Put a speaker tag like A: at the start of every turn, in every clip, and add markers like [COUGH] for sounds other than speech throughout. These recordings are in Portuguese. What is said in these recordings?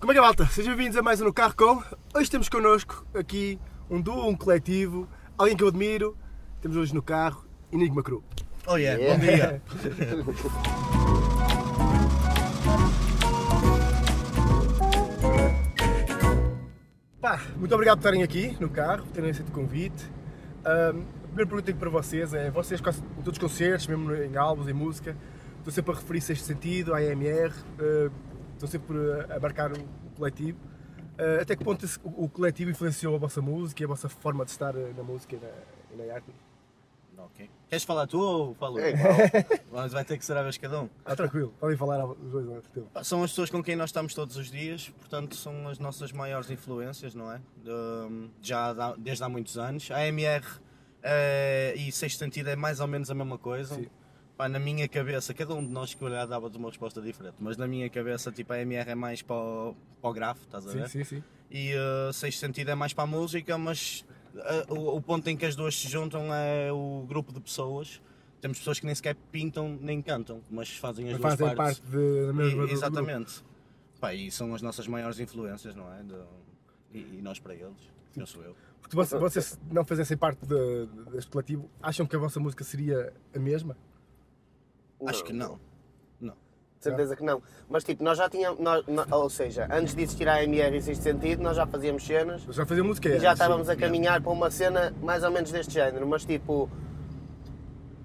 A: Como é que é, malta? Sejam bem-vindos a mais um No Carro Com. Hoje temos connosco aqui um duo, um coletivo, alguém que eu admiro. Temos hoje no carro Enigma Cru.
B: Oh yeah,
C: Yeah.
B: bom dia.
A: Pá, muito obrigado por estarem aqui no carro, por terem aceito o convite. Ahm, a primeira pergunta que tenho para vocês é: vocês, quase em todos os concertos, mesmo em álbuns, em música, estão sempre a referir-se a este sentido, à AMR, eh, estão sempre a abarcar o o coletivo. Eh, até que ponto esse- o o coletivo influenciou a vossa música e a vossa forma de estar eh, na música e na, e na arte?
B: Ok. Queres falar tu ou falo eu?
C: É igual.
B: [LAUGHS] Mas vai ter que ser a vez cada um.
A: Ah, tranquilo, podem falar os dois é? ao mesmo tempo.
B: Pá, São as pessoas com quem nós estamos todos os dias, portanto são as nossas maiores influências, não é? Hum, já dá- desde há muitos anos. A MR eh, e Sexto Sentido é mais ou menos a mesma coisa.
A: Sim.
B: Pá, na minha cabeça, cada um de nós que olhar dava uma resposta diferente, mas na minha cabeça tipo, a MR é mais para o, para o grafo, estás a ver?
A: Sim, sim, sim.
B: e eh, Sexto Sentido é mais para a música, mas eh, o, o ponto em que as duas se juntam é o grupo de pessoas. Temos pessoas que nem sequer pintam nem cantam, mas fazem as duas
A: Fazem
B: partes.
A: parte de- da
B: E-
A: mesma do- do grupo.
B: exatamente. Pá, e são as nossas maiores influências, não é? Do- e, e nós para eles, penso eu.
A: Porque se vocês, vocês não fizessem parte de- de- deste coletivo, acham que a vossa música seria a mesma?
B: Acho que não. Não.
C: De certeza que não. Mas tipo, nós já tínhamos. nós- nó- ou seja, antes de existir a AMR e existe sentido, nós já fazíamos cenas
A: Vocês já faziam música?
C: e
A: era,
C: já
A: assim.
C: estávamos a caminhar para uma cena mais ou menos deste género, mas tipo.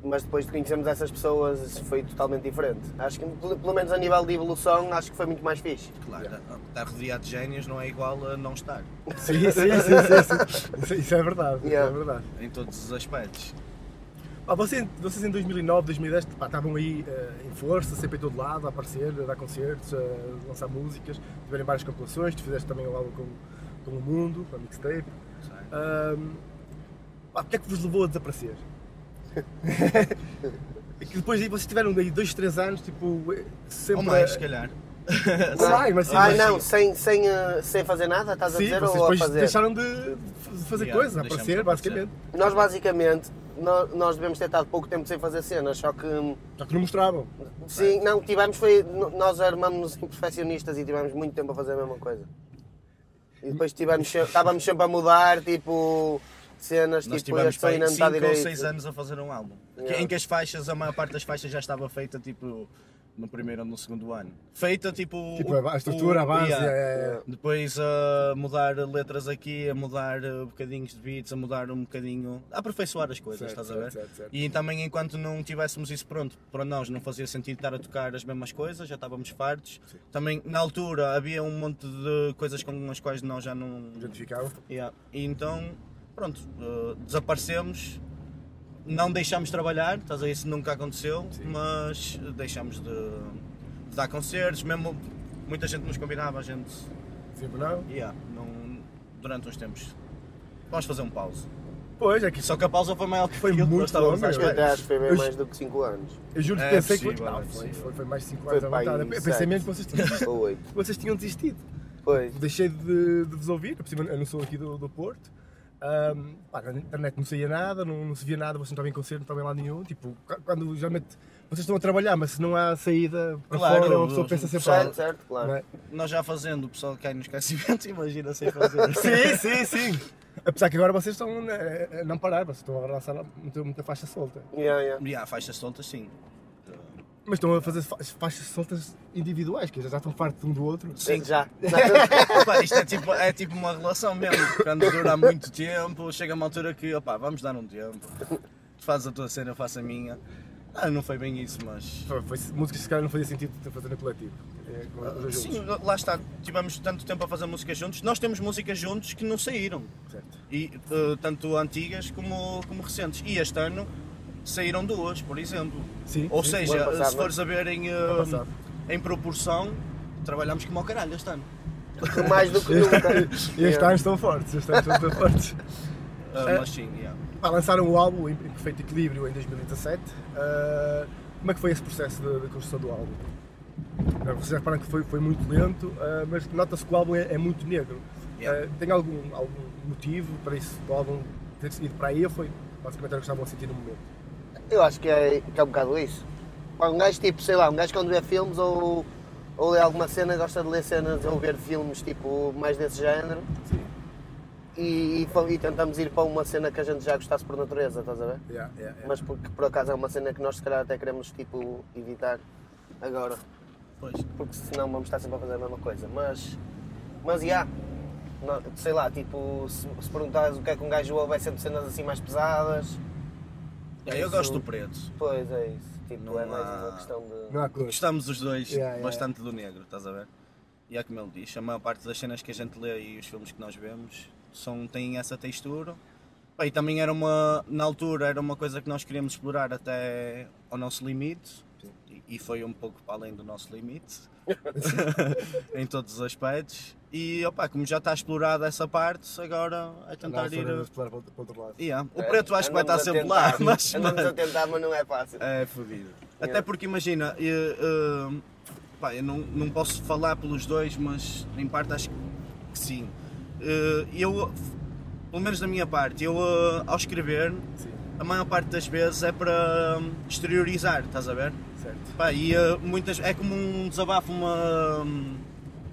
C: Mas depois de conhecermos essas pessoas isso foi totalmente diferente. Acho que pelo pelo menos a nível de evolução acho que foi muito mais fixe.
B: Claro, estar rodeado de génios não é igual a não estar,
A: Sim, sim, sim, sim, sim. Isso, isso é verdade.
C: Yeah.
A: Isso é verdade.
B: em todos os aspectos.
A: Ah, vocês, vocês em 2009, 2010 pá, estavam aí eh, em força, sempre em todo lado, a aparecer, a dar concertos, a lançar músicas, tiveram várias compilações, tu fizeste também um álbum com, com o Mundo, com a mixtape.
B: sabe?
A: Ahm, pá, porque é que vos levou a desaparecer? [LAUGHS] É que depois aí vocês tiveram aí 2, 3 anos, tipo, eh,
B: Ou
A: sempre.
B: mais,
A: a-
B: se calhar.
A: Ou mais, mas sim,
C: ah,
A: mas
C: não,
A: sim.
C: sem, sem, eh, sem fazer nada, estás a
A: Sim,
C: dizer
A: vocês
C: ou a
A: depois
C: fazer?
A: deixaram de de fazer
B: Yeah,
A: coisas, a
B: deixamos
A: aparecer,
B: de aparecer.
A: basicamente.
C: Nós basicamente, nó- nós, devemos ter estado pouco tempo sem fazer cenas, só que. hum,
A: Só que não mostravam.
C: Sim, não, tivemos foi. no- Nós armamos em perfeccionistas e tivemos muito tempo a fazer a mesma coisa. E depois tivemos, se- estávamos sempre a mudar, tipo, cenas,
B: Nós
C: tipo, este
B: tivemos
C: som ainda não está
B: 5 ou
C: direito.
B: 6 anos a fazer um álbum. que-
C: Yeah.
B: Em que as faixas, a maior parte das faixas já estava feita tipo no primeiro ou no segundo ano. Feita tipo.
A: Tipo,
B: o-
A: a estrutura, a
B: o-
A: base.
B: yeah.
A: é-
B: Depois a mudar letras aqui, a mudar uh, bocadinhos de beats, a mudar um bocadinho. a aperfeiçoar as coisas,
A: Certo,
B: estás a
A: certo,
B: ver?
A: certo, certo.
B: E também enquanto não tivéssemos isso pronto, para nós não fazia sentido estar a tocar as mesmas coisas, já estávamos fartos. Também na altura havia um monte de coisas com as quais nós já não
A: Identificavam.
B: Yeah. E então, pronto, eh, desaparecemos, não deixámos trabalhar, estás a ver, isso nunca aconteceu, mas deixámos de, de dar concertos, mesmo muita gente nos convidava, a gente,
A: Sempre não.
B: yeah, não, durante uns tempos, vamos fazer um pause.
A: Pois, é que
B: Só que a pausa foi maior que
A: Foi
B: aquilo que nós
A: muito
B: estávamos
A: longa,
B: à
A: é
C: Acho que
B: espera.
C: até acho que foi bem
A: Eu-
C: mais do que 5 anos.
A: eu juro que
B: É
A: pensei que.
B: possível,
A: Não,
B: é
A: foi,
B: possível.
A: foi, foi mais de 5
C: Foi
A: anos à
C: para aí
A: vontade. Eu pensei
C: sete.
A: mesmo que vocês tinham, [LAUGHS]
C: Ou 8.
A: vocês tinham desistido.
C: Pois.
A: Deixei de, de vos ouvir, por cima eu não sou aqui do, do Porto. Ahm, pá, na internet não saía nada, não, não se via nada, vocês não estavam em concerto, não estavam em lado nenhum. Tipo, ca- quando geralmente vocês estão a trabalhar, mas se não há saída para
B: Claro,
A: fora, uma pessoa pensa sempre.
C: Certo,
A: "Ah,
C: certo,
A: não
C: claro.
A: é?"
B: Nós já fazendo, o pessoal cai no esquecimento, [LAUGHS] imagina sem fazer.
A: [LAUGHS] Sim, sim, sim. Apesar que agora vocês estão né, a não parar, vocês estão a lançar muita, muita faixa solta.
C: Yeah, yeah.
B: Yeah, faixas soltas sim.
A: Mas estão a fazer fa- faixas soltas individuais, que já já estão farto um do outro.
B: Sim.
C: Já.
B: Opa, isto é tipo, é tipo uma relação mesmo. Quando dura muito tempo, chega uma altura que, opá, vamos dar um tempo. Tu fazes a tua cena, eu faço a minha. Ah, não foi bem isso, mas.
A: Foi, foi músicas que se calhar não fazia sentido de fazer no coletivo. É, com os dois
B: Sim,
A: juntos.
B: lá está. Tivemos tanto tempo a fazer música juntos. Nós temos músicas juntos que não saíram.
A: Certo.
B: E, eh, tanto antigas como, como recentes. E este ano saíram duas, por exemplo.
A: Sim,
B: Ou
A: sim.
B: seja,
C: Ano passado,
B: se fores a ver em, eh,
A: Ano passado.
B: em proporção, trabalhamos como ao caralho este ano.
C: Mais do que nunca.
A: [LAUGHS] E estes anos estão fortes, estes anos estão fortes.
B: Ah,
A: É.
B: Mas sim, yeah.
A: Pá, lançaram o álbum em, em perfeito equilíbrio em 2017. Ah, como é que foi esse processo de, de construção do álbum? Ah, Vocês já reparam que foi, foi muito lento, ah, mas nota-se que o álbum é, é muito negro.
B: Yeah.
A: Ah, tem algum, algum motivo para isso do álbum ter decidido para aí ou foi basicamente era o que estavam a sentir no momento?
C: Eu acho que é, que é um bocado isso. Pá, Um gajo tipo, sei lá, um gajo quando vê filmes ou, ou lê alguma cena, gosta de ler cenas ou ver filmes tipo mais desse género
A: Sim.
C: e, e fa- e tentamos ir para uma cena que a gente já gostasse por natureza, estás a ver?
A: Yeah, yeah, yeah.
C: Mas porque por acaso é uma cena que nós se calhar até queremos tipo evitar agora,
B: Pois.
C: porque senão vamos estar sempre a fazer a mesma coisa. Mas, mas já, não- sei lá, tipo, se, se perguntares o que é que um gajo ouve, é sempre cenas assim mais pesadas.
B: É, eu
C: Isso-
B: gosto do preto.
C: Pois é isso, tipo,
B: Não
C: é mais
B: há-
C: uma questão de.
A: Não há cor.
B: Gostamos os dois
A: Yeah, yeah.
B: bastante do negro, estás a ver? E é como ele diz, a maior parte das cenas que a gente lê e os filmes que nós vemos são, têm essa textura. Pá, E também era uma, na altura, era uma coisa que nós queríamos explorar até ao nosso limite. E- E foi um pouco para além do
A: [LAUGHS]
B: nosso limite. [LAUGHS] em todos os aspectos. E opa, como já está explorada essa parte, agora é
A: Não há
B: tentar ir.
A: cor, explorar para o outro lado.
B: Yeah. O preto acho que vai estar
C: É, Andamos a
B: sempre lá, [LAUGHS]
C: tentar,
B: mas.
C: Andamos a tentar, mas não é fácil.
B: É fodido.
C: Yeah.
B: Até porque imagina, eu, eu, pá, eu não, não posso falar pelos dois, mas em parte acho que sim. Eh, Eu, pelo menos da minha parte, eu eh, ao escrever,
A: Sim,
B: a maior parte das vezes é para hum, exteriorizar, estás a ver?
A: certo.
B: Pá, e eh, muitas, é como um desabafo, uma. hum,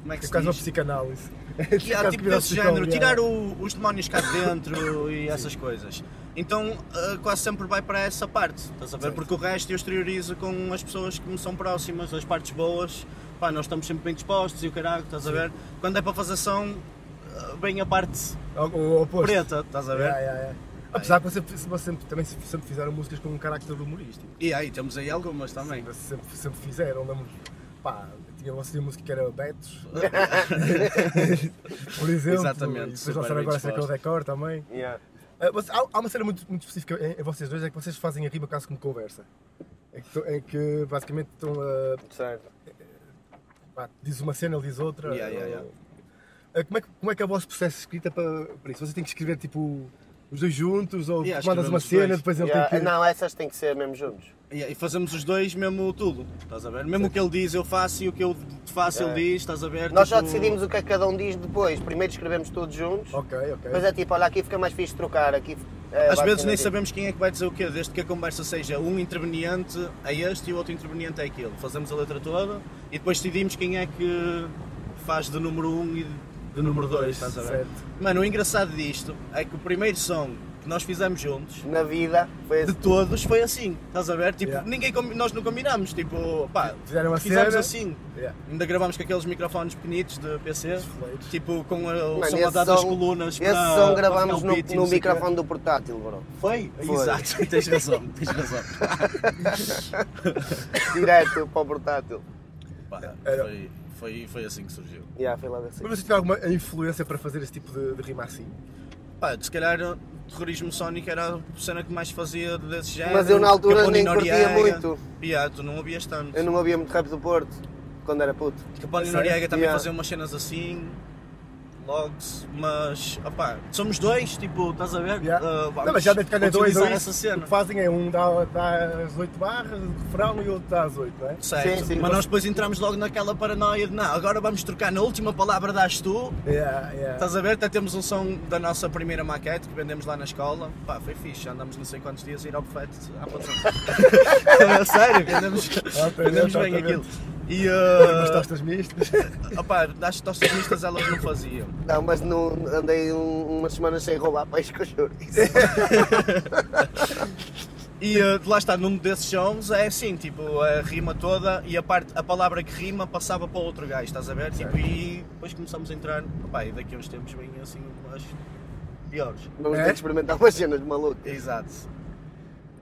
B: Como é que
A: Por
B: se
A: causa da
B: diz?
A: psicanálise. [LAUGHS] É
B: Que há tipo desse género, tirar o- os demónios cá de dentro e essas coisas. Então ah, quase sempre vai para essa parte, estás a ver?
A: Certo.
B: Porque o resto eu exteriorizo com as pessoas que me são próximas, as partes boas, pá, nós estamos sempre bem dispostos e o caralho, estás a ver? Quando é para fazer ação, ah, vem a parte
A: O, o oposto.
B: preta, estás a ver?
A: Yeah, yeah, yeah. Tá Apesar que sempre, sempre, sempre, também sempre fizeram músicas com um carácter humorístico.
B: E aí, temos aí algumas também.
A: Sempre, sempre, sempre fizeram, lembro Pá, tinha vocês uma música que era
B: [LAUGHS]
A: Betos. Por exemplo.
B: Exatamente,
A: E depois
B: super
A: lançaram
B: bem
A: agora essa com o
B: disposta.
A: Record também.
C: Yeah.
A: Ah, você- há, há uma cena muito, muito específica em, em vocês dois, é que vocês fazem a rima quase como conversa. É que, to- é que basicamente estão a.
C: Certo.
A: pá, diz uma cena, ele diz outra.
B: Yeah, yeah, yeah.
A: Ah, como, é que, como é que é o vosso processo de escrita para, para isso? Vocês têm que escrever tipo. Os dois juntos, ou
B: Yeah,
A: tu mandas uma
B: escrevemos
A: cena,
B: dois.
A: depois ele
C: Yeah,
A: tem que.
C: Não, essas têm que ser mesmo juntos.
B: E aí fazemos os dois mesmo tudo, estás a ver? Mesmo o que ele diz eu faço e o que eu faço ele
C: É.
B: diz, estás a ver?
C: Nós já
B: Tipo,
C: decidimos o que é que cada um diz depois. Primeiro escrevemos todos juntos.
A: Ok, ok.
C: Depois é tipo, olha, aqui fica mais fixe trocar. Aqui, é,
B: Às vezes nem
C: basicamente
B: sabemos quem é que vai dizer o quê, desde que a conversa seja um interveniente é este e o outro interveniente é aquele. Fazemos a letra toda e depois decidimos quem é que faz de número 1 um e de número 2, estás a ver?
A: Certo.
B: Mano, o engraçado disto é que o primeiro som que nós fizemos juntos,
C: Na vida, foi
B: de
C: esse.
B: todos, foi assim, estás a ver? Tipo,
A: Yeah.
B: ninguém, combi- nós não combinámos, tipo, pá,
A: Fizeram uma
B: fizemos
A: cena.
B: assim.
A: Yeah.
B: Ainda gravámos com aqueles microfones pequenitos de PC,
A: Fleiros.
B: tipo, com a, o
C: Mano,
B: som
C: esse
B: a dar das
C: som-
B: colunas.
C: Esse
B: para-
C: som
B: para
C: gravámos
B: ficar o
C: no,
B: beat e
C: no
B: não sei o quê.
C: microfone do portátil, bro.
B: Foi?
C: Foi.
B: Exato, [LAUGHS] tens razão, tens razão.
C: Direto para o portátil.
B: Pá,
A: Era-
B: foi, foi, foi assim que surgiu.
C: Yeah, foi logo assim.
A: Mas vocês tiveram alguma influência para fazer esse tipo de, de rima assim?
B: Pá, se calhar terrorismo sónico era a cena que mais fazia desse género.
C: Mas eu na altura
B: Capone
C: nem curtia
B: Noriega.
C: muito.
B: Yeah, tu não ouvias tanto.
C: Eu não ouvia muito rap do Porto, quando era puto.
B: Capone
A: Sério?
B: Noriega também
C: Yeah.
B: fazia umas cenas assim, logs, mas opá, somos dois, tipo, estás a ver?
A: Yeah.
B: Ah,
A: não, mas já deve ficar nem dois ou
B: utilizar
A: isso.
B: essa cena.
A: O que fazem é um dá, dá as 8 barras, o refrão e o outro dá as 8, não é?
B: Certo,
C: Sim, sim.
B: mas nós depois entramos logo naquela paranoia de não, agora vamos trocar na última palavra das tu
A: Yeah, yeah.
B: Estás a ver? Até temos um som da nossa primeira maquete que vendemos lá na escola. Pá, foi fixe. Já Andamos não sei quantos dias a ir ao buffet à [LAUGHS] patrão. Sério, vendemos, vendemos bem
A: exatamente.
B: aquilo. E, [LAUGHS]
A: Umas
B: uh,
A: tostas mistas. [LAUGHS]
B: opá, das tostas mistas elas não faziam.
C: Não, mas não, andei um- umas semanas sem roubar peixe com choro.
B: É? E uh, lá está, num desses sons é assim, tipo, a rima toda e a, parte, a palavra que rima passava para o outro gajo, estás a ver? Tipo, e depois começamos a entrar, opá, e daqui a uns tempos vêm assim umas piores.
C: Vamos
A: É?
C: ter que experimentar umas cenas malucas.
B: Exato.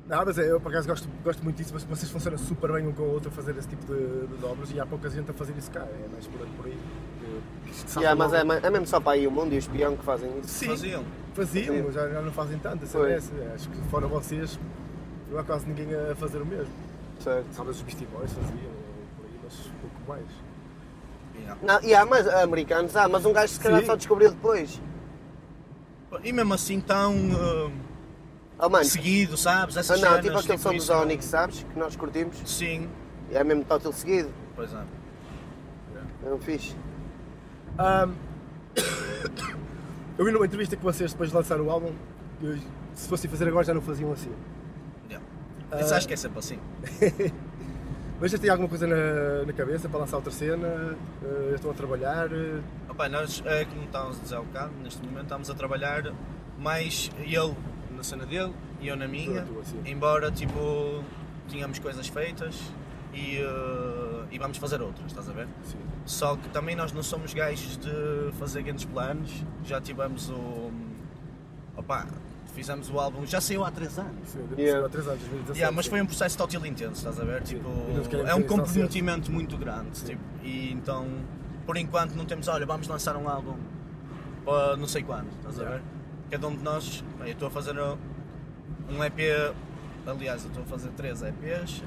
A: Não, mas é, eu por acaso gosto, gosto muito disso, mas vocês funcionam super bem um com o outro a fazer esse tipo de, de obras e há pouca gente a fazer isso cá, é mais por, por aí. que- que se sabe
C: Yeah, mas é,
A: logo.
C: ma- é mesmo só para aí o mundo e o espião que fazem isso.
A: Sim,
B: Faziam.
A: faziam, já, já não fazem tanto, essa
C: Pois.
A: é essa. Acho que fora vocês, não há quase ninguém a fazer o mesmo.
C: Certo.
A: Talvez os Beastie Boys faziam, ou por aí, mas um pouco mais.
B: Yeah.
C: Não, e há mais americanos, há, mas um gajo se calhar
A: Sim.
C: só descobriu depois.
B: E mesmo assim tão uh,
C: Oh, mano,
B: seguido, sabes?
C: ah,
B: Essas
C: não,
B: cenas,
C: tipo aquele som dos
B: isso, é?
C: Onyx, sabes? Que nós curtimos.
B: Sim,
C: É mesmo tótil seguido.
B: pois é.
C: É um fixe.
A: Ahm, [COUGHS] eu vi numa entrevista que vocês depois de lançar o álbum, que se fossem fazer agora já não faziam assim.
C: Ah.
B: Yeah. Isso acho que é sempre assim.
A: Mas já tem alguma coisa na, na cabeça para lançar outra cena? Eh, já estão a trabalhar? eh,
B: Opa, nós, é, como estávamos a dizer há bocado, neste momento estamos a trabalhar mais ele na cena dele e eu na minha,
A: Tu, tu, assim.
B: embora tipo tínhamos coisas feitas e, eh, e vamos fazer outras, estás a ver?
A: Sim.
B: Só que também nós não somos gajos de fazer grandes planos, já tivemos o. Opa, fizemos o álbum, já saiu há 3 anos.
A: Sim,
C: Yeah.
A: há 3 anos, 2017.
B: eh, Yeah, mas
A: sim.
B: foi um processo total intenso, estás a ver?
A: Sim.
B: Tipo,
A: E nós queremos
B: é um
A: ter isso ao
B: comprometimento muito grande. Tipo, e então, por enquanto, não temos, olha, vamos lançar um álbum para não sei quando, estás a
A: Yeah.
B: ver? Cada um de nós, bem, eu estou a fazer um EP, aliás, eu estou a fazer
A: [LAUGHS]
B: três EPs,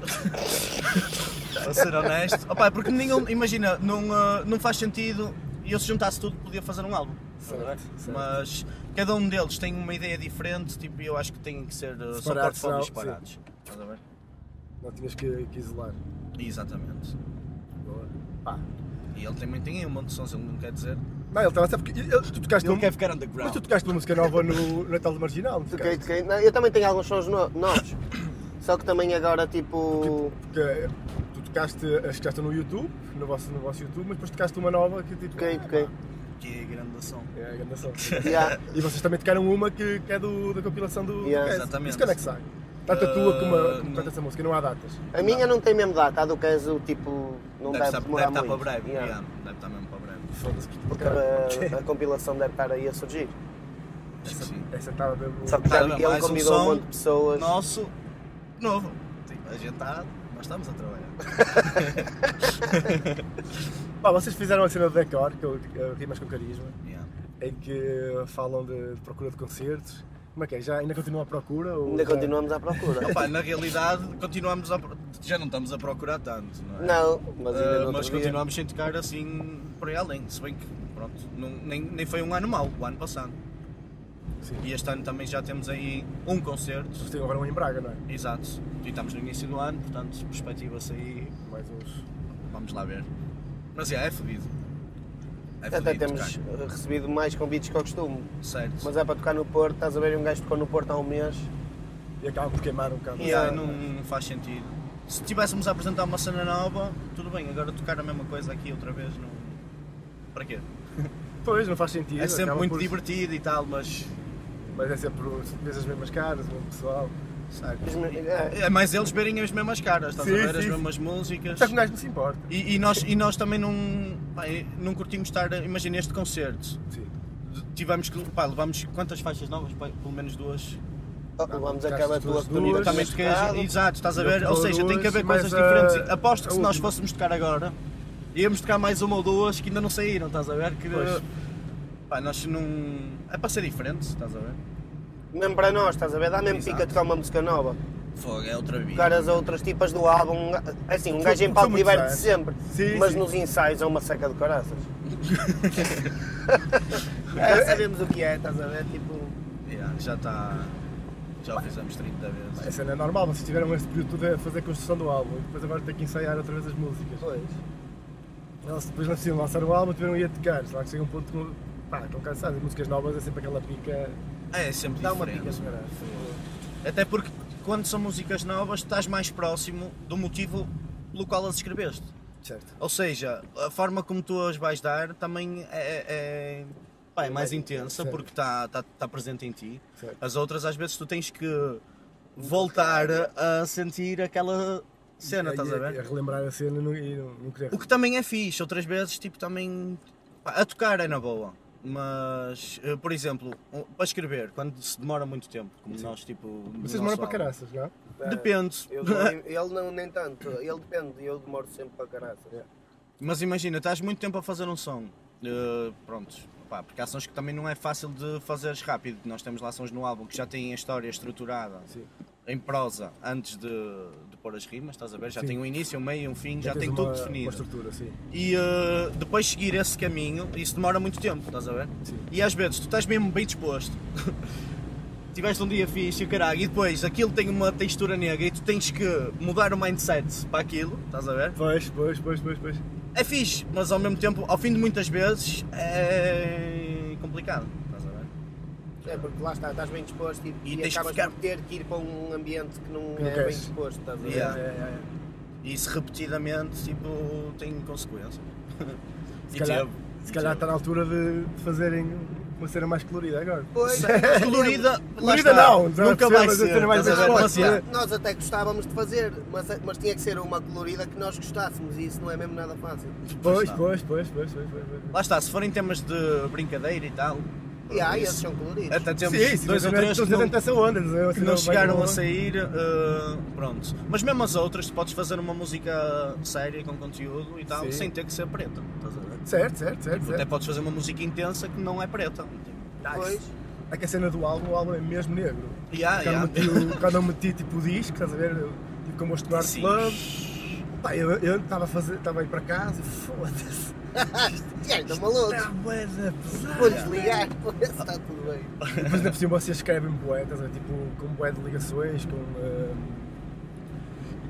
B: para ser honesto. Opa, é porque nenhum, imagina, não, ah, não faz sentido e eu se juntasse tudo podia fazer um álbum. estás a ver?
A: Certo, certo.
B: Mas cada um deles tem uma ideia diferente, tipo, e eu acho que têm que ser ah, são
A: Separados,
B: portfólios
A: não,
B: separados. Estás a ver?
A: Não tinhas que, que isolar.
B: Exatamente.
A: Boa. Pá.
B: E ele também tem um monte de sons, ele não quer dizer.
A: Não, ele estava a dizer porque ele- tu tocaste
B: Ele
A: uma,
B: quer ficar
A: mas
B: underground.
A: tu tocaste uma música nova no no Natal do Marginal. não
C: Toquei,
A: tocaste?
C: toquei. Não, eu também tenho alguns sons no- novos. Só que também agora, tipo.
A: Porque, eh, tu tocaste as que já estão no YouTube, no vosso, no vosso YouTube, mas depois tocaste uma nova que tipo.
C: Toquei, toquei.
B: Que grande som.
A: É, a grande ação.
C: Yeah.
A: E vocês também tocaram uma que, que é do, da compilação do.
C: Yeah.
A: do Kes.
B: Exatamente.
A: Isso quando é que sai? Tanto a tua como, a,
B: Uh,
A: como
B: não.
A: tanto essa música, não há datas.
C: A minha não tem mesmo data, a do Keso, tipo, não
B: deve,
C: deve,
B: estar, deve
C: demorar
B: estar para
C: muito.
B: breve.
C: Yeah.
B: yeah, Deve estar mesmo para breve.
A: Foda-se que
C: Porque
A: caralho.
C: a, a compilação deve estar aí a surgir.
B: Acho que sim.
A: Essa estava mesmo.
C: Só que já
B: Tá,
C: vi que ele
B: mais um
C: convidou um,
B: som.
C: monte de pessoas.
B: Nosso novo. Tipo, A gente está. Nós estamos a trabalhar.
A: Pá, vocês fizeram a cena do Decor, que eu rimas com carisma,
B: Yeah.
A: em que falam de, de procura de concertos. Como é que é? Já ainda continuam à procura? Ou
C: Ainda
A: já-
C: continuamos à procura.
B: Opa, na realidade, continuamos a. pro- Já não estamos a procurar tanto, não é?
C: Não, mas ainda
B: Ah,
C: não
B: mas continuamos sem tocar assim por aí além. Se bem que, pronto, não- nem, nem foi um ano mau, o ano passado.
A: Sim.
B: E este ano também já temos aí um concerto.
A: Vocês têm agora um em Braga, não é?
B: Exato. E estamos no início do ano, portanto, perspectiva-se aí.
A: Mais uns.
B: Vamos lá ver. Mas é, é fodido. É
C: Até
B: fodido,
C: temos
B: cara.
C: eh, recebido mais convites que o costume.
B: Certo.
C: Mas é para tocar no Porto, estás a ver um gajo que tocou no Porto há um mês.
A: E acabam por queimar um bocado.
B: Mas
C: Yeah.
B: é, não, não faz sentido. Se tivéssemos a apresentar uma cena nova, tudo bem. Agora tocar a mesma coisa aqui outra vez, não. Para quê?
A: Pois, não faz sentido.
B: É sempre
A: acaba
B: muito
A: por-
B: divertido e tal, mas.
A: Mas é sempre vês as mesmas caras, o mesmo pessoal.
B: Sabe?
C: Os me- é.
B: É mais eles verem as mesmas caras, estás a
A: Sim,
B: ver? As
A: sim.
B: mesmas músicas.
A: Só que um gajo não se importa.
B: E, e nós, e nós também não, pá, não curtimos estar. Imagina este concerto.
A: Sim.
B: Tivemos que. Pá, levamos quantas faixas novas? Pá, Pelo menos duas.
C: Oh, vamos
A: tocaste
C: acabar a
A: duas,
C: tua oportunidade.
A: duas,
B: Também
C: de
B: toquei.
C: tocar.
B: Exato, estás a
A: Eu
B: ver? Ou
A: toquei
B: seja, tem que haver
A: duas,
B: coisas
A: mas a-
B: diferentes. Aposto que
A: a
B: se nós
A: última.
B: fôssemos tocar agora, íamos tocar mais uma ou duas que ainda não saíram, estás a ver? Que.
A: Pois.
B: Pá, nós não. É para ser diferente, estás a ver?
C: Mesmo para nós, estás a ver? Dá mesmo
B: Exato.
C: pica tocar uma música nova.
B: Fogo, é outra vida.
C: Tocar as outras tipas do álbum. um ga- Assim, um
A: Sou-
C: gajo em
A: sou
C: palco
A: muito
C: diverte-se
A: fã.
C: sempre.
A: Sim,
C: mas
A: sim.
C: nos ensaios é uma seca de caraças. Já sabemos o que é, estás a ver? Tipo.
B: Yeah, já está. Já o fizemos 30 vezes.
A: Essa não é normal, vocês tiveram esse período todo a fazer a construção do álbum e depois agora têm que ensaiar outra vez as músicas.
C: Pois.
A: Eles depois não precisam lançar o álbum, tiveram aí a tocar. Só que chega um ponto que pá, estão cansados. As músicas novas é sempre aquela pica.
B: É sempre
A: Dá uma
B: diferente.
A: pica de caralho.
B: Até porque quando são músicas novas estás mais próximo do motivo pelo qual as escreveste.
A: Certo.
B: Ou seja, a forma como tu as vais dar também é, é- pá, é mais intensa
A: Certo.
B: porque está tá, tá presente em ti.
A: Certo.
B: As outras às vezes tu tens que voltar a sentir aquela
A: E-
B: cena,
A: é,
B: estás
A: e-
B: a
A: A
B: ver?
A: relembrar a cena e não, e não, não querer.
B: O que também é fixe, outras vezes tipo também pá, a tocar é na boa. Mas, eh, por exemplo, um- para escrever, quando se demora muito tempo, como nós, tipo. no
A: Vocês demoram
B: nosso
A: para
B: álbum.
A: caraças, não?
B: Depende.
C: Eu demoro- ele não, nem tanto, ele depende, eu demoro sempre para caraças.
B: [LAUGHS] Mas imagina, estás muito tempo a fazer um som. Uh, pronto, pá, porque há sons que também não é fácil de fazeres rápido. Nós temos lá sons no álbum que já têm a história estruturada
A: Sim.
B: em prosa antes de, de pôr as rimas, estás a ver? Já
A: Sim.
B: tem um início, um meio, um fim, já,
A: tens
B: tem
A: uma-
B: tudo
A: Uma
B: definido.
A: estrutura, sim.
B: E uh, depois seguir esse caminho, isso demora muito tempo, estás a ver?
A: Sim.
B: E às vezes tu estás mesmo bem disposto. [LAUGHS] Tiveste um dia fixe e o caralho, e depois aquilo tem uma textura negra e tu tens que mudar o mindset para aquilo, estás a ver?
A: Pois, pois, pois, pois, pois.
B: é fixe, mas ao mesmo tempo, ao fim de muitas vezes, é complicado. Estás a ver?
C: É porque lá está, estás bem disposto e,
B: E
C: e
B: tens que
C: acabas
B: ficar-
C: por ter que ir para um ambiente que não
A: Que não
C: é bem
A: queres.
C: disposto, estás a ver?
B: Yeah.
A: É, é, é.
B: E isso repetidamente tipo, tem consequências.
A: Se
B: E tipo,
A: calhar,
B: teve.
A: se
B: E
A: calhar
B: teve.
A: está na altura de de fazerem uma cena mais colorida agora.
C: Pois.
A: [LAUGHS]
B: Colorida, lá
A: Colorida
B: está.
A: não, percebes?
B: nunca vai
A: A
B: ser.
A: cena mais
B: estás a ver? Mas,
A: explícita.
B: yeah,
C: Nós até gostávamos de fazer, mas, mas tinha que ser uma colorida que nós gostássemos e isso não é mesmo nada fácil.
B: Pois
A: Pois,
B: está.
A: pois, pois, pois, pois, pois, pois.
B: Lá está, se forem temas de brincadeira e tal.
C: E há, esses
B: isso-
C: são coloridos.
B: Até temos
A: Sim, sim,
B: dois ou três que
A: estou
B: não,
A: dentro dessa onda. não é?
B: que
A: Senão vai
B: não chegaram
A: com-
B: a sair. eh, pronto. Mas mesmo as outras, tu podes fazer uma música séria com conteúdo e tal,
A: Sim.
B: sem ter que ser preta. Estás a ver?
A: Certo, certo, certo.
B: Até
A: certo.
B: podes fazer uma música intensa que não é preta.
C: Pois.
A: É que a cena do álbum, o álbum é mesmo negro.
B: Yeah,
A: Quando,
B: Ah, yeah.
A: meti, o- quando eu meti tipo o disco, estás a ver? Eu Tive como os Tomar
B: Sim.
A: Club. Pá, eu eu estava a fazer, estava a ir para casa e foda-se.
B: É-
C: Já, está maluco.
A: Está bué da pesada.
C: Vou desligar, [LAUGHS] pois está tudo bem.
A: Mas ainda por cima vocês escrevem bué, estás a ver? Tipo, com bué de ligações, com. ah,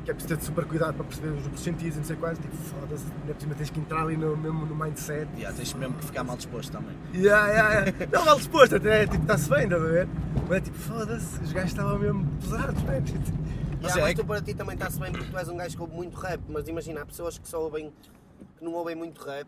A: que é preciso ter super cuidado para perceber os duplos sentidos e não sei quais. Tipo, foda-se, ainda por cima tens que entrar ali no, mesmo no mindset.
B: [LAUGHS] Yeah, tens mesmo que ficar mal disposto também.
A: Yeah, yeah, yeah. Não, mal disposto, até tipo, está-se bem, estás a ver? Mas é tipo, foda-se, os gajos estavam mesmo pesados, né?
C: Mas,
B: Mas
C: já,
B: é
C: mas
B: que-
C: tu para ti também está-se bem porque tu és um gajo que ouve muito rap, mas imagina, há pessoas que só ouvem, que não ouvem muito rap,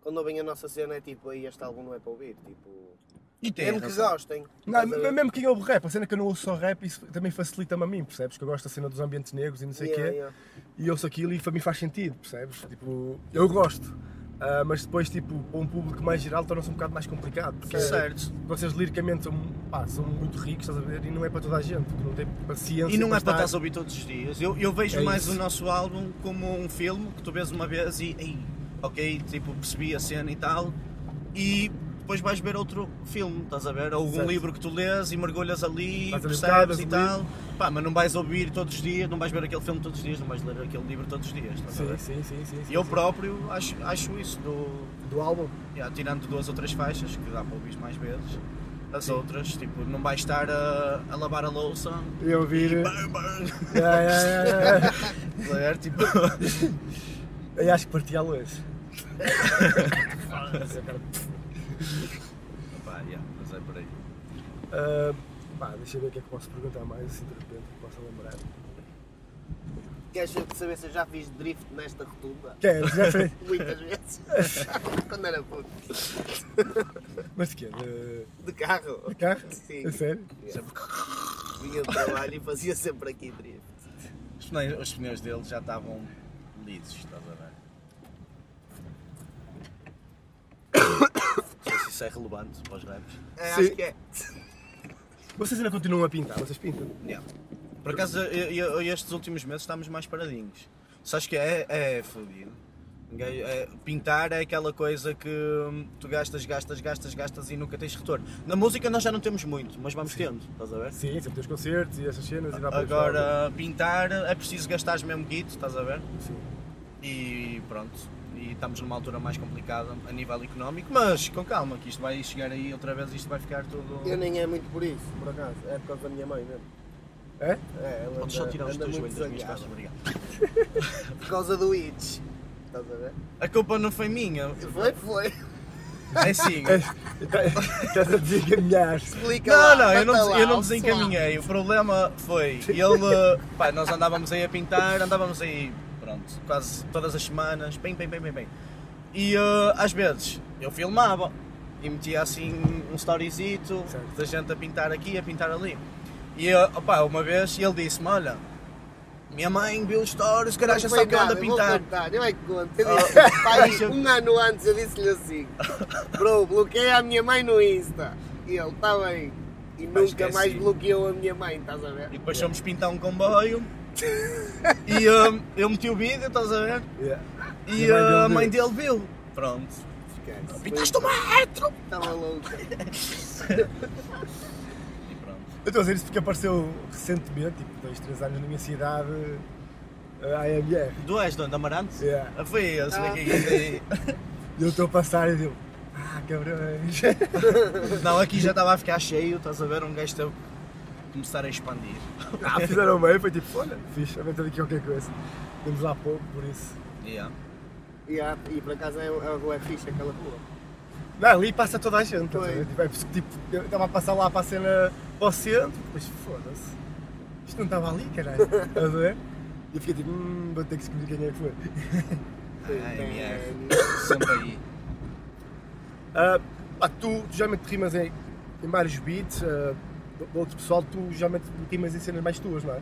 C: quando ouvem a nossa cena é tipo, aí este álbum não é para ouvir, tipo.
A: É
B: E tem
C: Mesmo que
B: razão.
C: gostem.
A: Não,
C: Estás a ver?
A: mas mesmo quem ouve rap, a cena é que eu não ouço só rap, isso também facilita-me a mim, percebes? Que eu gosto da cena dos ambientes negros e não
B: é.
A: sei o
C: Yeah,
A: quê,
C: yeah.
A: e ouço aquilo e para mim faz sentido, percebes? Tipo, eu gosto, Ah, mas depois, tipo, para um público mais geral torna-se um bocado mais complicado, porque é,
B: Certo.
A: vocês liricamente são, pá, são muito ricos, estás a ver? E não é para toda a gente, porque não tem paciência
B: E não é para
A: estar-
B: estás a ouvir todos os dias. Eu, eu vejo
A: É
B: mais
A: isso.
B: o nosso álbum como um filme que tu vês uma vez e, ei, ok, tipo, percebi a cena e tal, e depois vais ver outro filme, estás a ver? Ou algum
A: Certo.
B: livro que tu lês e mergulhas ali,
A: Vais a
B: percebes
A: bocadas
B: e
A: do
B: tal. Pá, mas não vais ouvir todos os dias, não vais ver aquele filme todos os dias, não vais ler aquele livro todos os dias, estás a
A: Sim,
B: ver?
A: sim, sim, sim. sim,
B: E eu
A: sim.
B: próprio acho, acho isso, do,
A: Do álbum?
B: Ya, tirando duas ou três faixas, que dá para ouvir mais vezes, as outras, tipo, não vais estar a, a lavar a louça.
A: Eu ouvir.
B: Bam, bam.
A: Yeah, yeah, yeah, yeah.
B: Ler, tipo,
A: Eu acho que parti à
B: [LAUGHS]
A: luz. Ah,
B: Pá, yeah, mas é por aí.
A: Ah, pá, deixa eu ver o que é que posso perguntar mais, assim de repente que possa lembrar.
C: Queres saber se eu já fiz drift
A: [LAUGHS]
C: nesta rotunda?
A: Queres? Já sei. [LAUGHS]
C: Muitas vezes. quando era puto.
A: Mas de quê? De,
C: De carro.
A: de carro?
C: Sim.
A: É sério?
C: Sempre vinha do trabalho e fazia sempre aqui drift.
B: Os pneus, os pneus dele já estavam lisos, estás a ver? [COUGHS] Não sei se isso é relevante para os raps.
C: É,
A: Sim.
C: acho que é.
A: Vocês ainda continuam a pintar? Vocês pintam?
B: Yeah. Por acaso, eu- eu- estes últimos meses estamos mais paradinhos. Sabes que é, é fodido. Ninguém- é- pintar é aquela coisa que hum, tu gastas, gastas, gastas, gastas e nunca tens retorno. Na música nós já não temos muito, mas vamos tendo, estás a ver?
A: Sim, sempre tens concertos e essas cenas e dá para
B: Agora, pintar é preciso gastares mesmo guito, estás a ver?
A: Sim.
B: E pronto, e estamos numa altura mais complicada a nível económico, mas com calma, que isto vai chegar aí outra vez, isto vai ficar tudo.
C: Eu nem é muito por isso, por acaso. É por causa da minha mãe mesmo.
A: É?
C: É, ela
B: Podes só
C: anda-
B: tirar os
C: anda
B: teus
C: muito
B: joelhos das minhas
C: zangada.
B: costas, obrigado.
C: Por causa do itch. Estás a ver?
B: A culpa não foi minha,
C: Foi, foi.
B: é sim.
C: [LAUGHS]
A: Estás a dizer que é ameaças.
C: Explica
B: Não,
C: lá,
B: não, eu
C: conta
B: não,
C: lá,
B: eu não
C: ó,
B: desencaminhei. O problema foi, ele. [LAUGHS] Pá, nós andávamos aí a pintar, andávamos aí, pronto, quase todas as semanas, bem, bem, bem, bem, bem. E eh, às vezes eu filmava e metia assim um storyzito
A: Certo.
B: da gente a pintar aqui, a pintar ali. E eh, opá, uma vez ele disse-me: Olha, minha mãe viu os stories,
C: pessoal.
B: caralho, já
C: Foi
B: sabe que eu
C: nada,
B: ando a pintar. Ah,
C: Eu vou contar, eu é que conto. Eu disse, pá, aí,
B: deixa eu-
C: um ano antes eu disse-lhe assim, bro, bloqueei a minha mãe no Insta. E ele, está bem. E
B: Pá,
C: nunca mais
B: esqueci.
C: bloqueou a minha mãe, estás a ver?
B: E depois fomos pintar um
C: [LAUGHS]
B: comboio. e eh, eu meti o vídeo, estás a ver?
A: Yeah.
B: E
A: E a mãe dele
B: eh, a mãe dele viu. Pronto.
C: Esquece.
B: Pintaste uma metro!
C: Estava louca.
B: E pronto.
A: Eu estou a dizer isso porque apareceu recentemente, tipo, dois, três anos na minha cidade, eh, a AMR.
B: Tu és dono da Amarante?
A: Yeah.
B: Ah, Foi esse
C: Ah.
B: daqui.
A: E eu estou a passar e digo, ah, cabrões.
B: Não, aqui já estava a ficar cheio, estás a ver? Um gajo teve que começar a expandir.
A: [LAUGHS] Ah, fizeram bem, foi tipo, olha, fixe, aventando aqui qualquer coisa. Temos lá pouco, por isso.
B: Yeah.
C: E, há- e por acaso é, é, é fixe aquela rua.
A: Não, ali passa toda a gente, estás a
C: Foi.
A: ver? Tipo, é por isso que, tipo, eu estava a passar lá para a cena para o centro, depois foda-se. Isto não estava ali, caralho. Estás a ver? E eu fiquei tipo, hum, vou ter que escolher quem é que foi.
B: Ai, MF.
A: Então,
B: Ah, Sempre aí.
A: Ah, pá, tu, tu geralmente rimas em, em vários beats, ah, do do outro pessoal, tu geralmente rimas em cenas mais tuas, não é?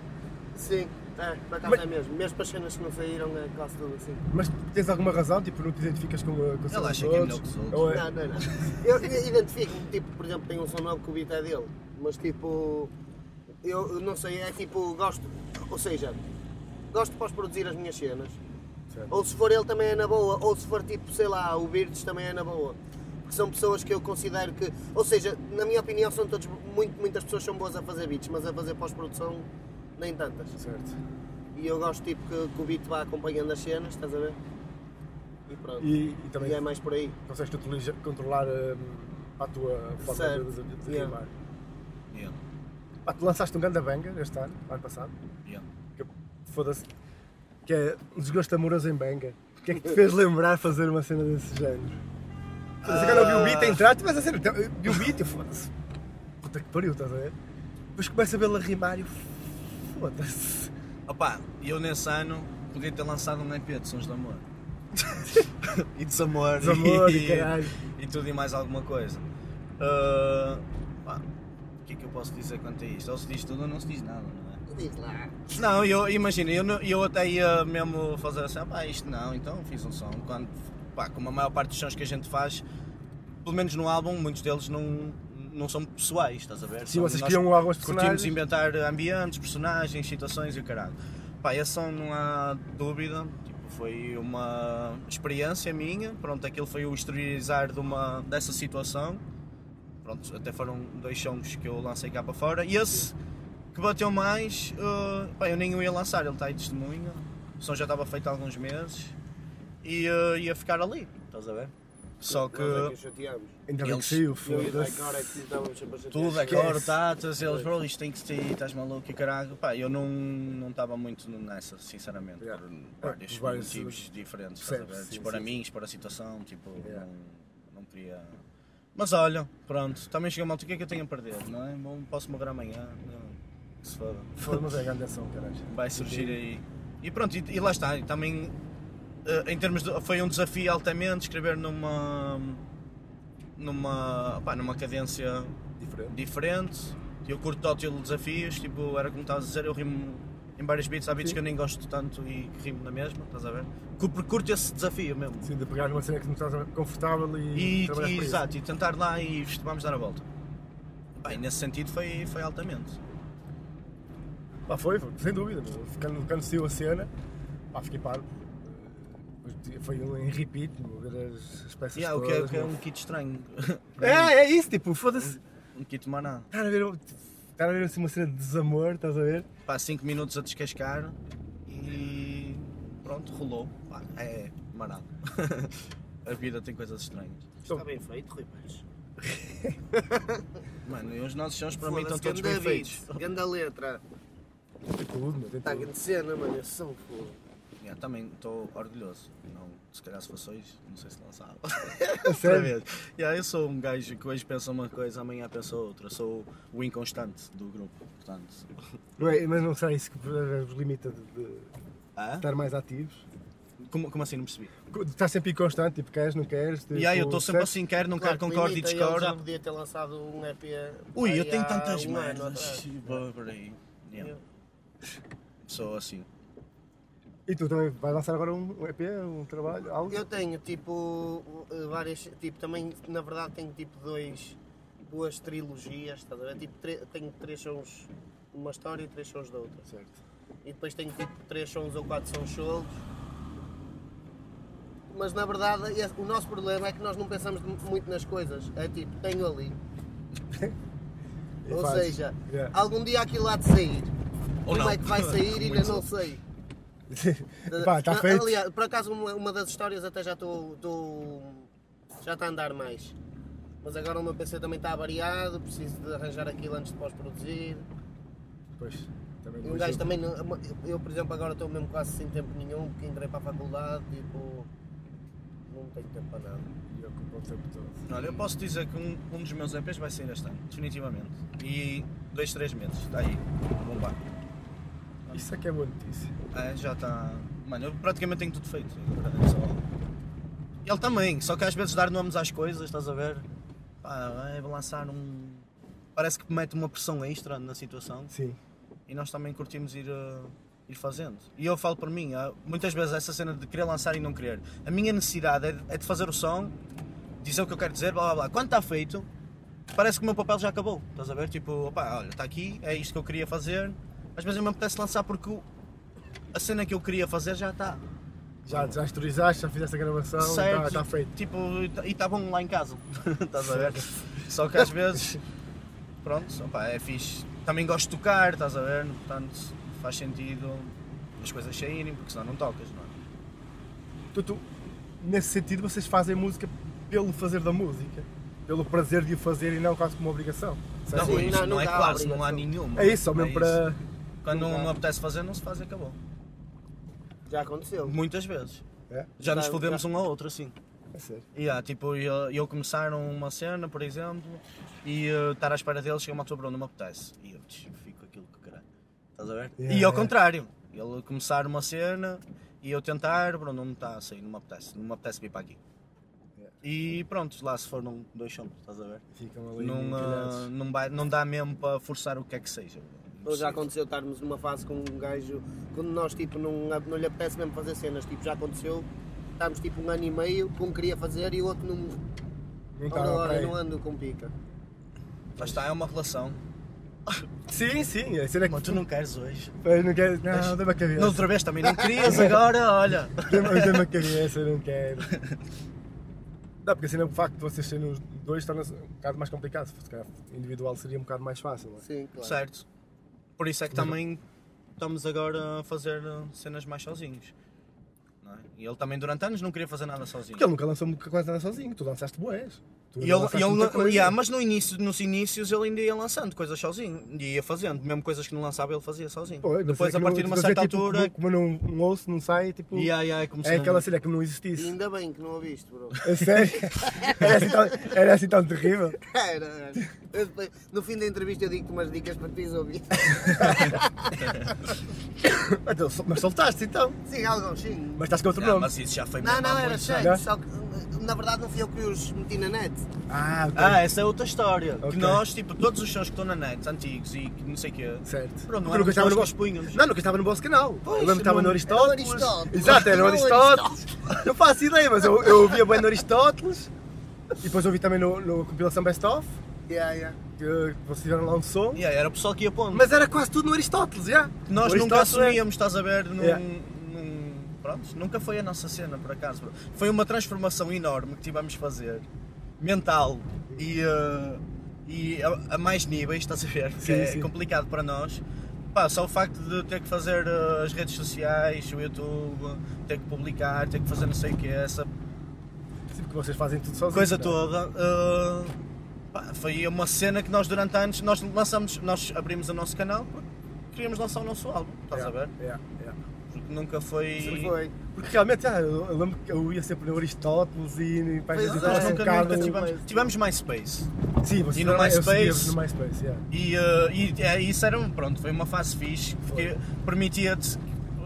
C: Sim, é, por acaso
A: Mas-
C: é mesmo. Mesmo para as cenas que não saíram, é quase tudo assim.
A: Mas tens alguma razão? Tipo, não te identificas com, a- com a cena
B: acha
A: dos
B: que é
A: outros?
B: melhor que os outros.
A: Ou é-
C: Não, não, não. Eu eu identifico-me, tipo, por exemplo, tem um som novo que o beat é dele, mas tipo, eu eu não sei, é tipo, gosto, ou seja, gosto de pós-produzir as minhas cenas.
A: Certo.
C: Ou se for ele também é na boa, ou se for tipo, sei lá, o Birds também é na boa. Porque são pessoas que eu considero que, ou seja, na minha opinião, são todos, muito, muitas pessoas são boas a fazer beats, mas a fazer pós-produção, nem tantas.
A: Certo.
C: E eu gosto tipo que, que o beat vá acompanhando as cenas, estás a ver? E pronto.
A: E, e também
C: E é mais por aí.
A: consegues controlar, controlar hum, a tua forma
C: Certo.
A: de, de, de
C: Yeah.
A: rimar.
B: Yeah,
A: Pá, tu lançaste um ganda banger este ano, ano passado.
B: yeah.
A: que foda-se, que é Desgosto Amoroso em Banga. O que é que te fez lembrar fazer uma cena desse género? Foda-se, agora eu vi o beat a entrar, mas a cena, então, eu vi o beat e foda-se. Puta que pariu, estás a ver? Depois começa a vê-lo a rimar e eu, foda-se.
B: Opa, eu nesse ano podia ter lançado um EP de sons de amor. [LAUGHS] e desamor.
A: Desamor
B: [LAUGHS]
A: e [LAUGHS] caralho.
B: e tudo e mais alguma coisa. Ah, pá, o que é que eu posso dizer quanto a isto? Ou se diz tudo ou não se diz nada, não é?
C: Diz lá.
B: Não, eu imagina, eu, não- eu até ia mesmo fazer assim, ah, pá, isto não, então fiz um som. Quando, pá, como a maior parte dos sons que a gente faz, pelo menos no álbum, muitos deles não, não são pessoais, estás a
A: Sim,
B: ver? São-
A: vocês
B: nós
A: criam algumas
B: Curtimos
A: personagens.
B: inventar ambientes, personagens, situações e o caralho. Pá, esse som não há dúvida, tipo, foi uma experiência minha, pronto, aquilo foi o exteriorizar de uma, dessa situação. Pronto, até foram dois sons que eu lancei cá para fora. E esse que bateu mais, eh, pá, eu nem o ia lançar, ele está aí testemunha. O som já estava feito há alguns meses e eh, ia ficar ali, estás a ver? Só que
C: Nós é que os chateámos.
A: Ainda bem que
B: Eles-
A: saiu,
C: Eu e o
A: foda-se.
C: Daikor é que estávamos sempre a chatear.
B: tudo, é
A: Esquece.
B: claro, tatas, eles, bro, isto tem que ser, estás maluco e caralho. Pá, eu não não estava muito nessa, sinceramente,
A: Yeah.
B: por
A: É,
B: vários
A: por vários
B: motivos diferentes, estás a
A: percebes,
B: ver?
A: sim,
B: Dispor a
A: sim,
B: mim, dispor a situação, tipo,
A: Yeah.
B: não, não queria. Mas olha, pronto, também chega mal, o que é que eu tenho a perder, não é? Bom, Posso mudar amanhã, não, que se foda.
A: Foda-se, mas é grande ação, caralho.
B: Vai surgir aí. E pronto, e, e lá está, e também eh, em termos de, foi um desafio altamente escrever numa numa, pá, numa cadência
A: Diferente.
B: diferente. Eu curto tal estilo de desafios, tipo, era como estavas a dizer, eu rimo em vários beats, há beats
A: Sim.
B: que eu nem gosto tanto e que rimo na mesma, estás a ver? Cu- Porque curto esse desafio mesmo.
A: Sim, de pegar numa cena que não estás confortável e,
B: E,
A: trabalhar
B: e-
A: para isso.
B: exato, e tentar lá e isto, vamos dar a volta. Bem, nesse sentido foi, foi altamente.
A: Pá, foi, foi, sem dúvida. meu. Quando, quando saiu a cena, pá, fiquei parvo. Eh, Foi um em repeat, meu, ver as, as peças
B: Yeah, o que é, o
A: todas.
B: que é
A: meu.
B: um kit estranho.
A: [LAUGHS] é, é isso, tipo, foda-se.
B: um kit maná.
A: Estar a ver, estar a ver assim, uma cena de desamor, estás a ver?
B: Pá, 5 minutos a descascar e pronto, rolou. Pá, é maná. [LAUGHS] a vida tem coisas estranhas.
C: Está bem feito, Rui Paz.
B: Mano, e os nossos sons para mim estão
C: Foda-se,
B: todos
C: ganda
B: bem
C: beat,
B: feitos.
C: Ganda letra.
A: Tem tudo, meu, tem
C: Está
A: tudo.
C: grande cena, mano. Eu sou um fogo.
B: Yeah, também estou orgulhoso. Não, se calhar se fosse hoje, não sei se lançava. [LAUGHS]
A: A
B: Outra
A: sério?
B: vez. Yeah, eu sou um gajo que hoje pensa uma coisa, amanhã pensa outra. Sou o inconstante do grupo, portanto.
A: Não é, mas não será isso que vos limita de, de
B: Hã?
A: estar mais ativos?
B: Como, como assim não percebi?
A: Estás sempre inconstante, tipo, queres, não Tipo, queres? Tipo,
B: Yeah, eu estou sempre
A: percebes?
B: assim, quero, não
C: Claro
B: quero,
C: que
B: concordo e
C: limita, ele Já
B: discordo.
C: podia ter lançado um EP.
B: Ui, eu
C: aí
B: tenho
C: há
B: tantas
C: um ano
B: merdas.
C: atrás.
B: Boa, Peraí. Yeah. Sou assim.
A: E tu também vais lançar agora um, um EP, um trabalho, algo?
C: Eu tenho tipo eh, várias. Tipo, também, na verdade, tenho tipo dois. Duas trilogias, estás a ver? Tipo, tre- tenho três sons de uma história e três sons da outra.
A: Certo.
C: e depois tenho tipo 3 sons ou 4 sons soltos. Mas na verdade esse- o nosso problema é que nós não pensamos mu- muito nas coisas. É tipo, tenho ali.
A: E
C: ou
A: fazes.
C: seja,
A: Yeah.
C: algum dia aquilo há de sair.
B: Ou
C: Como
B: não.
C: é que
B: [LAUGHS]
C: vai sair
B: Muito
C: ainda não
B: bom.
C: sei.
A: [LAUGHS] Pá, está
C: Na-
A: feito.
C: Eh, Aliás, por acaso uma, uma das histórias até já estou. estou- já está a andar mais. Mas agora o meu PC também está variado, preciso de arranjar aquilo antes de pós-produzir.
A: Pois, também
C: E um gajo também, não- eu por exemplo agora estou mesmo quase sem tempo nenhum, porque entrei para a faculdade, tipo, não tenho tempo para nada.
A: E ocupa o tempo todo.
B: Olha, eu posso dizer que um, um dos meus EPs vai Tá sair este ano, definitivamente. E dois, três meses, está aí, a bombar.
A: Isso é que é boa notícia.
B: É, já está. Mano, eu praticamente tenho tudo feito. É só- Ele também, só que às vezes dar nomes às coisas, estás a ver? Pá, vai lançar um. Parece que mete uma pressão extra na situação
A: Sim.
B: e nós também curtimos ir, uh, ir fazendo. E eu falo por mim, há muitas vezes essa cena de querer lançar e não querer. A minha necessidade é de, é de fazer o som, dizer o que eu quero dizer, blá blá blá. Quando está feito, parece que o meu papel já acabou. Estás a ver? Tipo, opá, olha, está aqui, é isto que eu queria fazer. Às vezes eu me apetece lançar porque o- a cena que eu queria fazer já está.
A: Já, já esterilizaste, já fizeste a gravação,
B: Certo, Tá
A: está tá feito.
B: Tipo, e tá- e está bom lá em casa. [LAUGHS] Estás a ver? Só que às vezes, pronto, opá, é fixe. Também gosto de tocar, estás a ver? Portanto, faz sentido as coisas saírem, porque senão não tocas, não é?
A: Tu, tu, nesse sentido, vocês fazem música pelo fazer da música, pelo prazer de o fazer e não quase como uma obrigação. certo?
B: Não,
C: Sim,
B: isso
C: não,
B: não,
C: não
B: é
C: dá
B: quase, não há
C: obrigação.
B: nenhuma.
A: É isso, só mesmo
B: isso.
A: para.
B: Quando
C: Não
B: não,
C: dá.
B: apetece fazer, não se faz e acabou.
C: Já aconteceu.
B: Muitas vezes.
A: É?
B: Já nos
C: Tá,
B: fodemos
C: já.
B: um ao outro, assim.
A: É sério.
B: E há, tipo, eu, eu começar uma cena, por exemplo, e eh, estar à espera deles, chega uma pessoa, Bruno, não me apetece. E eu tch, fico com aquilo que quero. Estás a ver?
A: Yeah,
B: e ao
A: yeah.
B: contrário, ele começar uma cena e eu tentar, Bruno, não me está a sair, não me apetece, não me apetece vir para aqui.
A: Yeah.
B: E pronto, lá se for num, dois chão, estás a ver?
A: Ficam ali.
B: Não, eh,
A: encalhados.
B: não, vai, não dá mesmo para forçar o que é que seja.
C: Ou já aconteceu estarmos numa fase com um gajo, quando nós tipo, não, não lhe apetece mesmo fazer cenas, tipo, já aconteceu, estávamos tipo um ano e meio, que um queria fazer e o outro não,
A: Não
C: "Oh, não,
A: está
C: olha,
A: ok.
B: é.
C: não ando com pica.
B: Mas está, é uma relação.
A: Sim, sim, a cena é que.
B: Mas tu não queres hoje.
A: Eu Não quero. Não,
B: Mas-
A: dá-me a cabeça.
B: Não, outra vez também não [LAUGHS] querias agora, olha.
A: Dê-me dê-me a cabeça, eu não quero. Não, porque assim, o facto de vocês serem os dois torna-se um bocado mais complicado. Se calhar individual seria um bocado mais fácil, não é?
C: Sim, claro.
B: Certo. Por isso é que também estamos agora a fazer uh, cenas mais sozinhos. não é? E ele também durante anos não queria fazer nada sozinho.
A: Porque ele nunca lançou quase nada sozinho, tu lançaste boés. Tu
B: E ele,
A: lançaste
B: ele-
A: muita coisa.
B: yeah, mas no início, nos inícios ele ainda ia lançando coisas sozinho, e ia fazendo, mesmo coisas que não lançava ele fazia sozinho.
A: Pô, mas
B: Depois
A: é
B: a
A: que
B: partir
A: não-
B: de uma
A: fazer,
B: certa
A: tipo,
B: altura,
A: Como, como eu não, não ouço, não sai, tipo.
B: yeah, yeah, como se
A: É
B: não-
A: aquela cena que não
C: E
A: existisse.
C: ainda bem que não a viste, bro. [LAUGHS]
A: A
B: [LAUGHS]
A: sério? Era assim tão, era assim tão terrível.
C: Era, era. Eu depois- No fim da entrevista eu digo-te umas dicas para ti ouvir. [LAUGHS]
A: Então, sol- Mas soltaste então.
C: Sim, alguns, sim.
A: Mas é estás com outro
B: Yeah,
A: nome.
B: Ah, mas isso já foi
C: Não,
B: mesmo há
C: não, era
B: muitos
C: cheio,
B: anos.
A: anos.
C: só que na verdade não fui eu que os meti na net.
A: Ah, ok.
B: Ah, essa é outra história.
A: Ok.
B: Que nós, tipo, todos os shows que estão na net, antigos e que não sei o quê,
A: Certo.
B: é. Pronto, não um
A: Porque
B: eram
A: estava
B: nós
A: no
B: que
A: vosso-
B: os punhamos.
A: Não, nunca estava no vosso canal.
B: Pois, um
A: eu lembro que estava no
B: não-
A: Aristóteles.
C: era o Aristóteles.
A: Exato, era no
C: Era o
A: Aristóteles. Não faço ideia, mas eu, eu ouvia bem no Aristóteles. E depois ouvi também no, no compilação Best Of,
C: Yeah, yeah.
A: que vocês tiveram lá um som.
B: Yeah, era o pessoal que ia pondo.
A: Mas era quase tudo no Aristóteles, já.
B: Nós
A: O
B: nunca
A: Aristóteles é-
B: assumíamos, estás a ver, num,
A: Yeah.
B: num- Pronto, nunca foi a nossa cena, por acaso. bro. Foi uma transformação enorme que tivemos de fazer, mental e, eh, e a, a mais níveis, estás a ver, que
A: Sim,
B: é
A: sim.
B: complicado para nós. Pá, só o facto de ter que fazer eh, as redes sociais, o YouTube, ter que publicar, ter que fazer não sei o que, essa
A: Sim, porque tipo, vocês fazem tudo sozinhos.
B: coisa
A: não é?
B: toda. eh, pá, foi uma cena que nós durante anos, nós lançamos, nós abrimos o nosso canal porque queríamos lançar o nosso álbum, estás
A: Yeah,
B: a ver?
A: yeah, yeah.
B: Porque nunca foi.
C: Sim, foi.
A: Porque realmente, já, eu, eu lembro que eu ia sempre no Aristóteles e em páginas
C: Pois
A: de
C: é,
B: Nós
A: um
B: nunca,
A: bocado.
B: nunca tivemos. Tivemos MySpace.
A: Sim, vocês
B: e no
A: tiveram- eu
B: MySpace.
A: seguia-vos no MySpace, yeah.
B: E, eh, e é, isso era um. Pronto, foi uma fase fixe, porque permitia-te.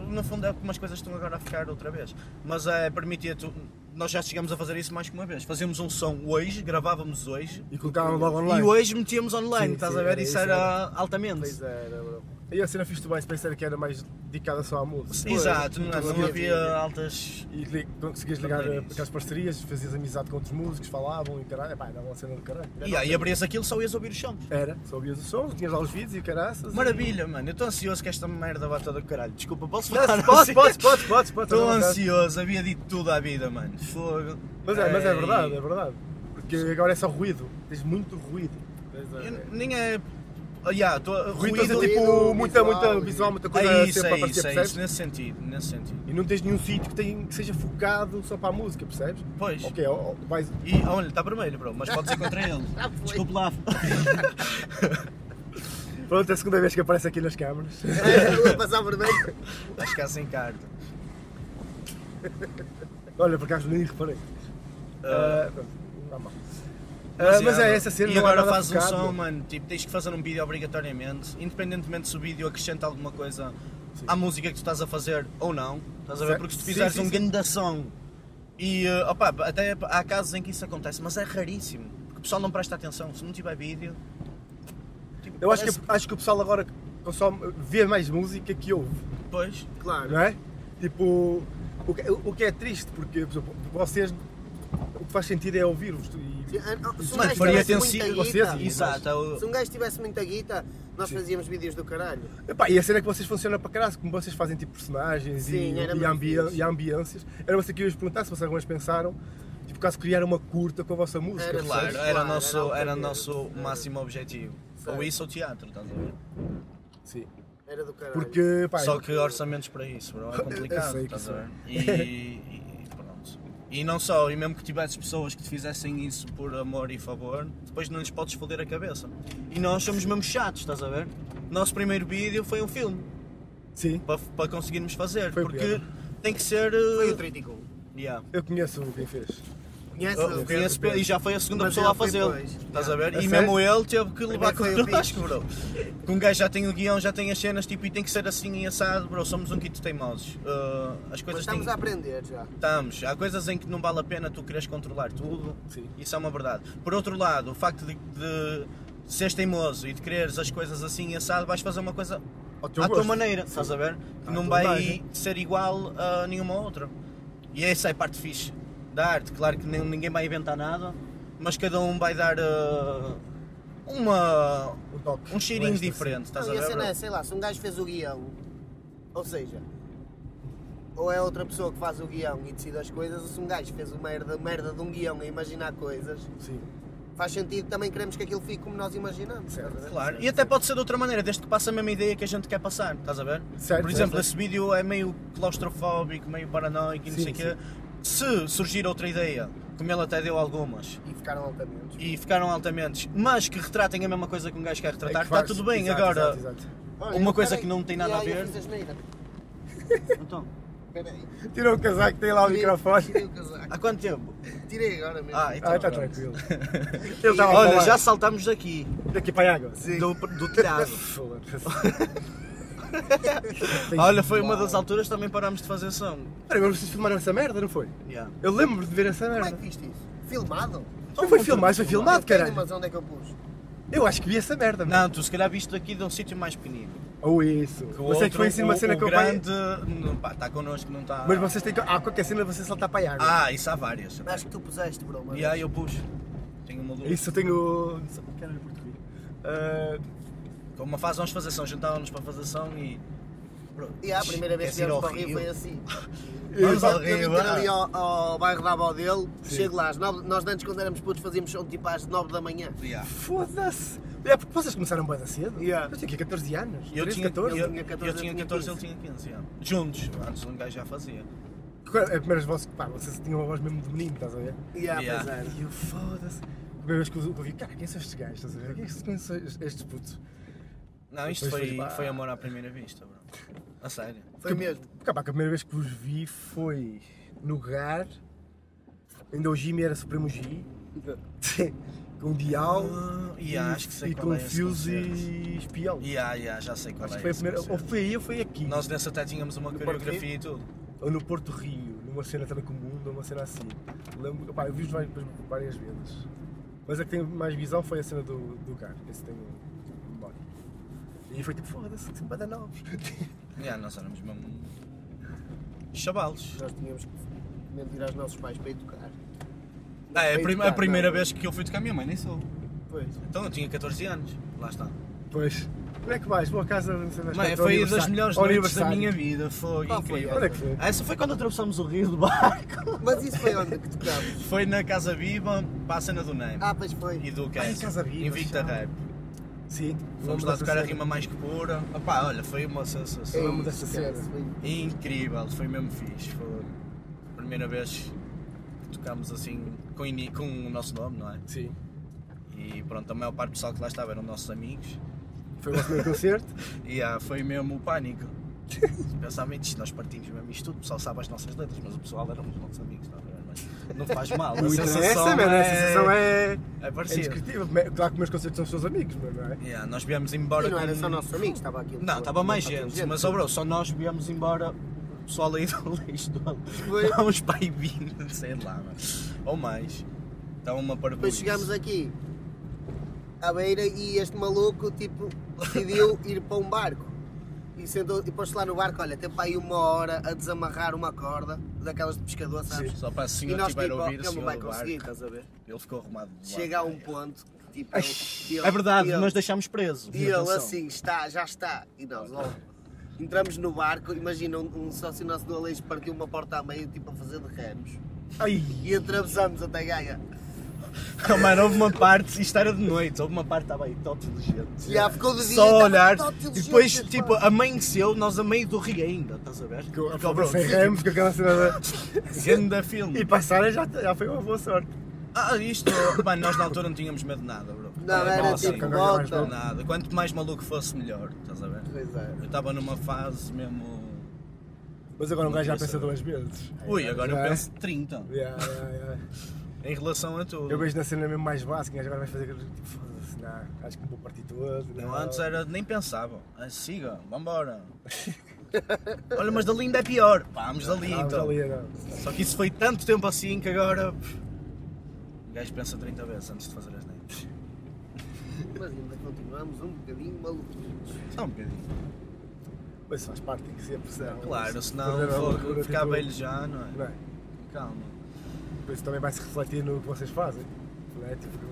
B: No fundo é como as coisas estão agora a ficar outra vez. Mas é, permitia-te. Nós já chegamos a fazer isso mais que uma vez. Fazíamos um som hoje, gravávamos hoje.
A: E colocavam logo online.
B: E hoje metíamos online,
A: Sim,
B: estás
A: sim,
B: a ver?
A: era
B: isso,
A: isso,
B: era,
A: era.
B: altamente.
C: Pois é. era, bro.
A: E a cena fixe do MySpace era que era mais dedicada só à música.
B: Exato, não,
A: Então,
B: não havia altas.
A: E li- conseguias ligar
B: Também é
A: eh,
B: isso.
A: aquelas parcerias, fazias amizade com outros músicos, falavam e caralho, pá, dava uma cena do caralho.
B: E aí abrias aquilo só ias ouvir os sons.
A: Era, só ouvias os sons, tinhas lá os vídeos e o caraças.
B: Maravilha, mano. Eu estou ansioso que esta merda vá toda do caralho. Desculpa, posso
A: E... Não, se
B: falar?
A: Podes,
B: assim? [LAUGHS]
A: podes, podes, podes, podes.
B: Estou
A: à vontade.
B: ansioso, havia dito tudo à vida, mano. Fogo.
A: Mas é, mas é
B: Ei.
A: verdade, é verdade. Porque agora é só ruído, tens muito ruído. Tens, eh,
B: Eu nem é. Ah, yeah, tô...
A: Ruído,
B: ruído-
A: ruído tipo,
C: ruído,
A: muita,
C: visual,
A: muita visual, muita coisa
B: É isso,
A: sempre
B: é
A: a aparecer,
B: isso, é
A: percebes?
B: isso. Nesse sentido, nesse sentido.
A: E não tens nenhum sítio que, tem- que seja focado só para a música, percebes?
B: Pois.
A: Ok, ó, ó, vais,
B: E olha, está vermelho, bro, mas pode ser contra ele.
C: foi.
A: [LAUGHS]
B: Desculpe lá.
A: pronto, é a segunda vez que aparece aqui nas câmaras.
C: Era, a passar vermelho.
B: Acho que há sem carta.
A: Olha, por acaso nem reparei.
B: Ah,
A: Ah, pronto, não há mal.
B: Mas,
A: Ah, mas
B: yeah,
A: é essa cena,
B: E
A: não há
B: agora
A: nada
B: fazes um
A: focado.
B: som, mano. Tipo, tens que fazer um vídeo obrigatoriamente, independentemente se o vídeo acrescenta alguma coisa à música que tu estás a fazer ou não. Estás a ver?
A: Certo.
B: Porque se tu
A: Sim,
B: fizeres
A: sim,
B: um
A: sim.
B: grande som e eh, opá, até há casos em que isso acontece, mas é raríssimo. Porque o pessoal não presta atenção. Se não tiver vídeo. tipo,
A: Eu acho que,
B: parece-
A: acho que o pessoal agora consome, vê mais música que ouve,
B: Pois.
C: Claro.
A: não é? Tipo, o que, o que é triste, porque por exemplo, vocês, o que faz sentido é ouvir-vos.
C: Se-
A: E,
C: ah, não, se um
B: Mano, faria
C: gajo tivesse
B: ter
C: muita
A: sido
C: guita-
A: vocês,
B: Exato. é o-
C: Se um gajo tivesse muita guita, nós
A: Sim.
C: fazíamos vídeos do caralho.
A: epá, e a cena é que vocês funcionam para caralho, como vocês fazem tipo personagens
C: Sim,
A: e,
C: era
A: e,
C: muito
A: ambi
C: fixe.
A: e ambiências. Era você que eu ia vos perguntar se vocês algumas pensaram, tipo, caso criar uma curta com a vossa música.
C: Era
A: percebes?
B: Claro,
C: Claro,
B: era o
C: era
B: nosso,
C: o
B: era o
C: primeiro,
B: nosso
C: era-
B: máximo objetivo.
C: Certo.
B: Ou isso ou teatro, estás a ver?
A: Sim.
C: Era do caralho.
A: Porque, pá,
B: Só que orçamentos para isso, bro, é
A: [LAUGHS] Eu
B: complicado,
A: sei que
B: estás
A: [LAUGHS]
B: a ver? E,
A: isso é.
B: e- e pronto. E não só, e mesmo que tivesses pessoas que te fizessem isso por amor e favor, depois não lhes podes foder a cabeça. E nós somos mesmo chatos, estás a ver? Nosso primeiro vídeo foi um filme,
A: sim,
B: para, para conseguirmos fazer,
A: Foi né? o
B: porque
A: pior.
B: tem que ser...
C: Foi
B: eh,
C: o um. Trítico.
B: yeah.
A: eu conheço quem fez.
C: Conheces?
B: Eu conheço Pedro, e já foi a segunda
C: Mas
B: pessoa a
C: ele foi
B: fazê-lo.
C: depois.
B: Estás a ver?
A: A
B: e
A: sério?
B: mesmo ele teve que levar com
C: foi
B: o
C: o
B: tasco, bro. Que um gajo já tem o guião, já tem as cenas, tipo, e tem que ser assim e assado, bro. Somos um kit teimosos. Uh, as
C: Mas
B: coisas
C: estamos
B: têm...
C: a aprender já.
B: Estamos. Há coisas em que não vale a pena tu queres controlar tudo.
A: Sim.
B: Isso é uma verdade. Por outro lado, o facto de, de seres teimoso e de quereres as coisas assim e assado, vais fazer uma coisa
A: Ao teu
B: à tua
A: Então um gosto.
B: maneira, estás a ver? Que
A: À
B: não
A: tua
B: vai
A: imagem.
B: ser igual a nenhuma outra. E essa é a parte fixe da arte. Claro que nem- ninguém vai inventar nada, mas cada um vai dar ah, uma,
A: O toque.
B: um cheirinho
A: Extra,
B: diferente, estás
C: Não,
B: a
C: e a
B: ver?
C: cena é,
B: bro?
C: sei lá, se um gajo fez o guião, ou seja, ou é outra pessoa que faz o guião e decide as coisas, ou se um gajo fez uma merda, merda de um guião a imaginar coisas,
A: Sim.
C: faz sentido também queremos que aquilo fique como nós imaginamos.
A: Certo.
C: estás a ver?
B: Claro, e até pode ser de outra maneira, desde que passe a mesma ideia que a gente quer passar, estás a ver?
A: Certo,
B: Por
A: certo,
B: exemplo,
A: certo.
B: esse vídeo é meio claustrofóbico, meio paranoico e não
A: Sim,
B: sei o quê. Se surgir outra ideia, como ele até deu algumas,
C: E ficaram altamente.
B: e ficaram altamente, mas que retratem a mesma coisa que um gajo quer
A: É que
B: retratar, está
A: faz-
B: tudo bem.
A: exato,
B: Agora,
A: exato, exato.
B: Uma coisa que não tem nada a ver. Então,
C: Peraí,
A: Tirou o casaco, tem lá o microfone.
C: tirei o casaco.
B: há quanto tempo?
C: Tirei agora mesmo.
B: Ah, [LAUGHS] então,
A: Ah, está
B: pronto.
A: tranquilo. Ele estava a
B: Olha,
A: falar.
B: já saltamos daqui,
A: [LAUGHS] Daqui para a água.
B: do, do telhado.
A: Foda-se.
B: [LAUGHS] Olha, foi uma das alturas que também parámos de fazer som.
A: Pera, mas vocês filmaram essa merda, não foi?
B: Yeah.
A: Eu lembro de ver essa
C: [LAUGHS] Como é que
A: merda.
C: viste isso? Filmado?
A: Não foi filmado, foi
C: Eu
A: filmado,
C: tenho,
A: caralho.
C: Mas onde é que eu pus?
A: Eu acho que vi essa merda, mano.
B: Não, tu se calhar viste daqui de um sítio mais pequenino.
A: Ou isso.
B: Que o
A: Mas é que
B: outro,
A: foi assim uma
B: o-
A: cena
B: o
A: que eu pai.
B: grande, não, pá, está connosco, não está...
A: Mas vocês têm que. Há qualquer cena você saltar para a água.
B: Ah, isso há várias.
C: Acho que tu puseste, bro. mas-
B: E aí eu pus. Tenho uma luz.
A: Isso eu tenho. Não sei o que era em português. Ah,
B: Como uma fase vamos fazer som, juntávamos para fazer som e... Bro,
C: E a primeira vez
B: queres ir
C: que viemos
B: ao
C: para o Rio foi assim.
B: Vamos ao
C: Eu vim
B: Rio,
C: ter ali
B: vá.
C: ao, ao bairro da avó dele,
A: Sim.
C: chego lá, às nove, nós antes quando éramos putos fazíamos som tipo às 9 da manhã.
B: Yeah.
A: Foda-se. É porque vocês começaram bem cedo.
C: Yeah.
A: Eu tinha aqui 14 anos.
B: Eu
A: 13,
B: tinha,
A: 14.
B: eu,
C: tinha 14,
B: eu tinha
C: eu tinha
B: 14, ele tinha 15. yeah. Juntos, antes um gajo já fazia.
A: Qual- A primeira voz que pá, vocês tinham uma voz mesmo de menino, estás a ver?
C: Yeah,
B: Yeah.
C: pois era.
A: E eu foda-se. A primeira vez que eu que eu vi, cara, quem são estes gajos, estás a ver? Quem é que quem são estes putos?
B: Não, isto
A: Depois
B: foi,
A: fez-
B: foi amor à primeira vista, bro. A sério.
C: Foi mesmo.
A: Porque, pá, que a primeira vez que os vi foi no GAR. Ainda o Jimmy era Supremo
B: [LAUGHS]
A: G. com Dial.
B: Ah, yeah,
A: e-
B: acho que sei
A: E
B: qual é
A: com
B: esse
A: Fuse
B: concerto.
A: e Espião.
B: Yeah, yeah, já sei qual
A: Acho
B: é.
A: que foi a
B: esse
A: primeira. Ou
B: concerto.
A: foi aí ou foi aqui.
B: Nós nessa até tínhamos uma
A: No Porto
B: coreografia e tudo.
A: Ou no Porto Rio, numa cena também com o mundo, uma cena assim. Lembro, pá, eu vi-os várias, várias vezes. Mas a que tenho mais visão foi a cena do, do GAR. Esse tenho memória. E foi tipo, foda-se, que banda novos. [LAUGHS]
B: Yeah, ah, nós éramos mesmo. chavalos.
C: Nós tínhamos que mentir aos nossos pais para ir tocar.
B: Ah, é a,
C: Para ir
B: prim-
C: tocar,
B: a primeira
C: não.
B: vez que eu fui tocar a minha mãe, nem sou.
C: Pois.
B: Então eu tinha 14 anos, lá está.
A: Pois. Como é que vais? Boa casa, não sei mais
B: Mãe,
A: quanto, ao
B: foi das
A: aniversário.
B: melhores
A: Ao
B: noites da
A: aniversário.
B: minha vida, foi
C: Qual foi?
B: incrível. Ah,
A: Onde é que foi?
B: Essa foi quando atravessamos o rio do barco.
C: Mas isso foi onde que tocámos?
B: Foi na Casa Viva, para a cena do Name.
C: Ah, pois foi.
B: E do
A: Ai,
B: Cass,
A: Casa Viva,
B: Invicta
A: chama.
B: Rap.
A: Sim.
B: Fomos lá tocar a rima mais que pura. Opá, olha, foi uma sensação
A: lembro dessa cena.
C: esquece, foi-
B: incrível, foi mesmo fixe. Foi a primeira vez que tocámos assim com, ini- com o nosso nome, não é?
A: Sim.
B: E pronto, a maior parte do pessoal que lá estava eram nossos amigos. [LAUGHS]
A: Foi o nosso primeiro concerto. [LAUGHS]
B: E ah, foi mesmo o pânico. Pensamento isto, nós partimos mesmo isto tudo, o pessoal sabe as nossas letras, mas o pessoal eram os nossos amigos, não, é? Mas não faz mal. A
A: Não
B: sensação
A: interessa, mano. A sensação é, é
B: é parecida.
A: indescritível. Claro que meus concertos são os seus amigos, mas não é?
B: Yeah, nós viemos embora
C: E não era
B: com-
C: só nossos amigos, estava aqui.
B: Não, estava mais gente, mas oh, bro, só nós viemos embora. O pessoal aí do [LAUGHS] lixo do
C: Foi.
B: Vamos para aí 20, sei lá, mano. ou mais. Está uma
C: Depois
B: parabéns.
C: chegámos aqui à beira e este maluco tipo decidiu ir para um barco. E, sentou, e pôs-se lá no barco, olha, teve para aí uma hora a desamarrar uma corda daquelas de pescador, sabes?
B: Só para a
C: E
B: senhora
C: nós
B: estiver
C: tipo,
B: a
C: ó,
B: ouvir, o
C: ele não
B: senhor
C: vai
B: do barco,
C: conseguir, estás a ver?
B: ele ficou arrumado. do
C: Chega a
B: lado,
C: um
B: é.
C: ponto que tipo.
A: Ai,
C: ele- ele-
B: É verdade,
C: ele-
B: nós deixámos preso.
C: E ele
B: atenção.
C: assim, está, já está. E nós, ó, entramos no barco, imagina um, um sócio nosso do Aleixo partiu uma porta à meio, tipo a fazer de ramos.
A: Ai,
C: E atravessamos até Gaia.
B: Não, mano, houve uma parte, isto era de noite, houve uma parte que estava aí total de gente.
C: Já ficou de dia,
B: Só
C: estava
B: a olhar.
C: todo
B: E
C: inteligente,
B: depois,
C: este
B: tipo,
C: pá.
B: amanheceu, nós a meio do rio ainda, estás a ver?
A: que eu "É
B: Porque, oh, bro,
A: ferramos com aquela
B: [LAUGHS]
A: cena. da-
B: Ganda filme.
A: E passar já, já foi uma boa sorte.
B: Ah, isto, mano, nós na altura não tínhamos medo de nada, bro.
C: Não, era
B: É, Nossa,
C: tipo,
A: agora mais
C: bota.
B: Nada. Quanto mais maluco fosse, melhor, estás a ver?
C: Pois é.
B: Eu estava numa fase mesmo.
A: Mas agora um gajo já
B: Não sei.
A: pensa duas vezes.
B: é. Ui, agora
A: Já
B: eu
A: é?
B: penso 30
A: Yeah, yeah, yeah.
B: em relação a tudo.
A: Eu vejo na cena mesmo mais básica, um gajo agora vai fazer aquilo, tipo, foda-se, não, acho que não vou partir todo.
B: Eu antes era, nem pensava. Ah, siga,
A: [LAUGHS]
B: vambora. Olha, mas dali ainda é pior. Pá, Vamos dali
A: Ah, mas
B: então.
A: ali era-
B: Só que isso foi tanto tempo assim que agora. pff, O gajo pensa 30 vezes antes de fazer as neiras.
C: Mas ainda continuamos um bocadinho maluquinhos.
B: Só um bocadinho.
A: Mas isso faz parte, tem que ser pressão.
B: Claro,
A: Se
B: senão
A: perder a
B: vou
A: loucura,
B: ficar
A: tipo,
B: velho já, não é?
A: Não é?
B: Calma.
A: Isso também vai se refletir no que vocês fazem. Não é? Tipo.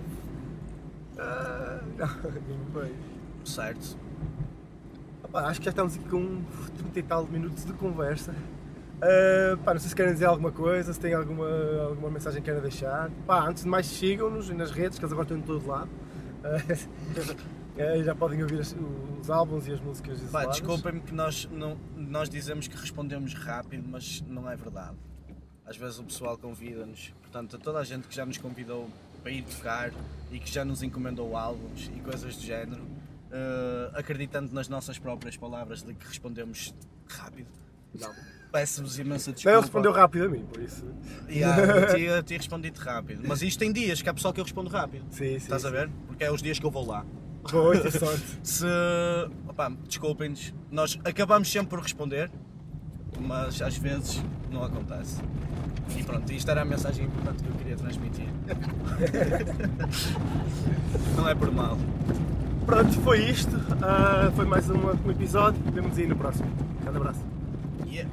A: Ah, [LAUGHS] não, bem.
B: Certo.
A: Opá, acho que já estamos aqui com 30 e tal minutos de conversa. Ah, pá, não sei se querem dizer alguma coisa, se têm alguma, alguma mensagem que querem deixar. Pá, antes de mais, sigam-nos nas redes, que eles agora estão em todo lado. Ah, [LAUGHS] eh, já podem ouvir as- os álbuns e as músicas.
B: Pá,
A: isoladas.
B: desculpem-me que nós, não, nós dizemos que respondemos rápido, mas não é verdade. Às vezes o pessoal convida-nos, portanto, a toda a gente que já nos convidou para ir tocar e que já nos encomendou álbuns e coisas do género, eh, acreditando nas nossas próprias palavras de que respondemos rápido. Peço-vos imensa
A: Não,
B: desculpa.
A: ele respondeu rápido a mim, por isso. [LAUGHS]
B: Yeah, eu tinha, tinha respondido rápido. Mas isto tem dias que há pessoal que eu respondo rápido.
A: Sim, sim.
B: Estás a ver? Porque é os dias que eu vou lá.
A: Boa, tive
B: [LAUGHS]
A: sorte.
B: Se. opá, desculpem-nos, nós acabamos sempre por responder, mas às vezes não acontece. E pronto, isto era a mensagem importante que eu queria transmitir. [LAUGHS] não é por mal.
A: Pronto, foi isto. Ah, foi mais um, um episódio. Vemos aí no próximo. Um grande abraço.
B: Yeah.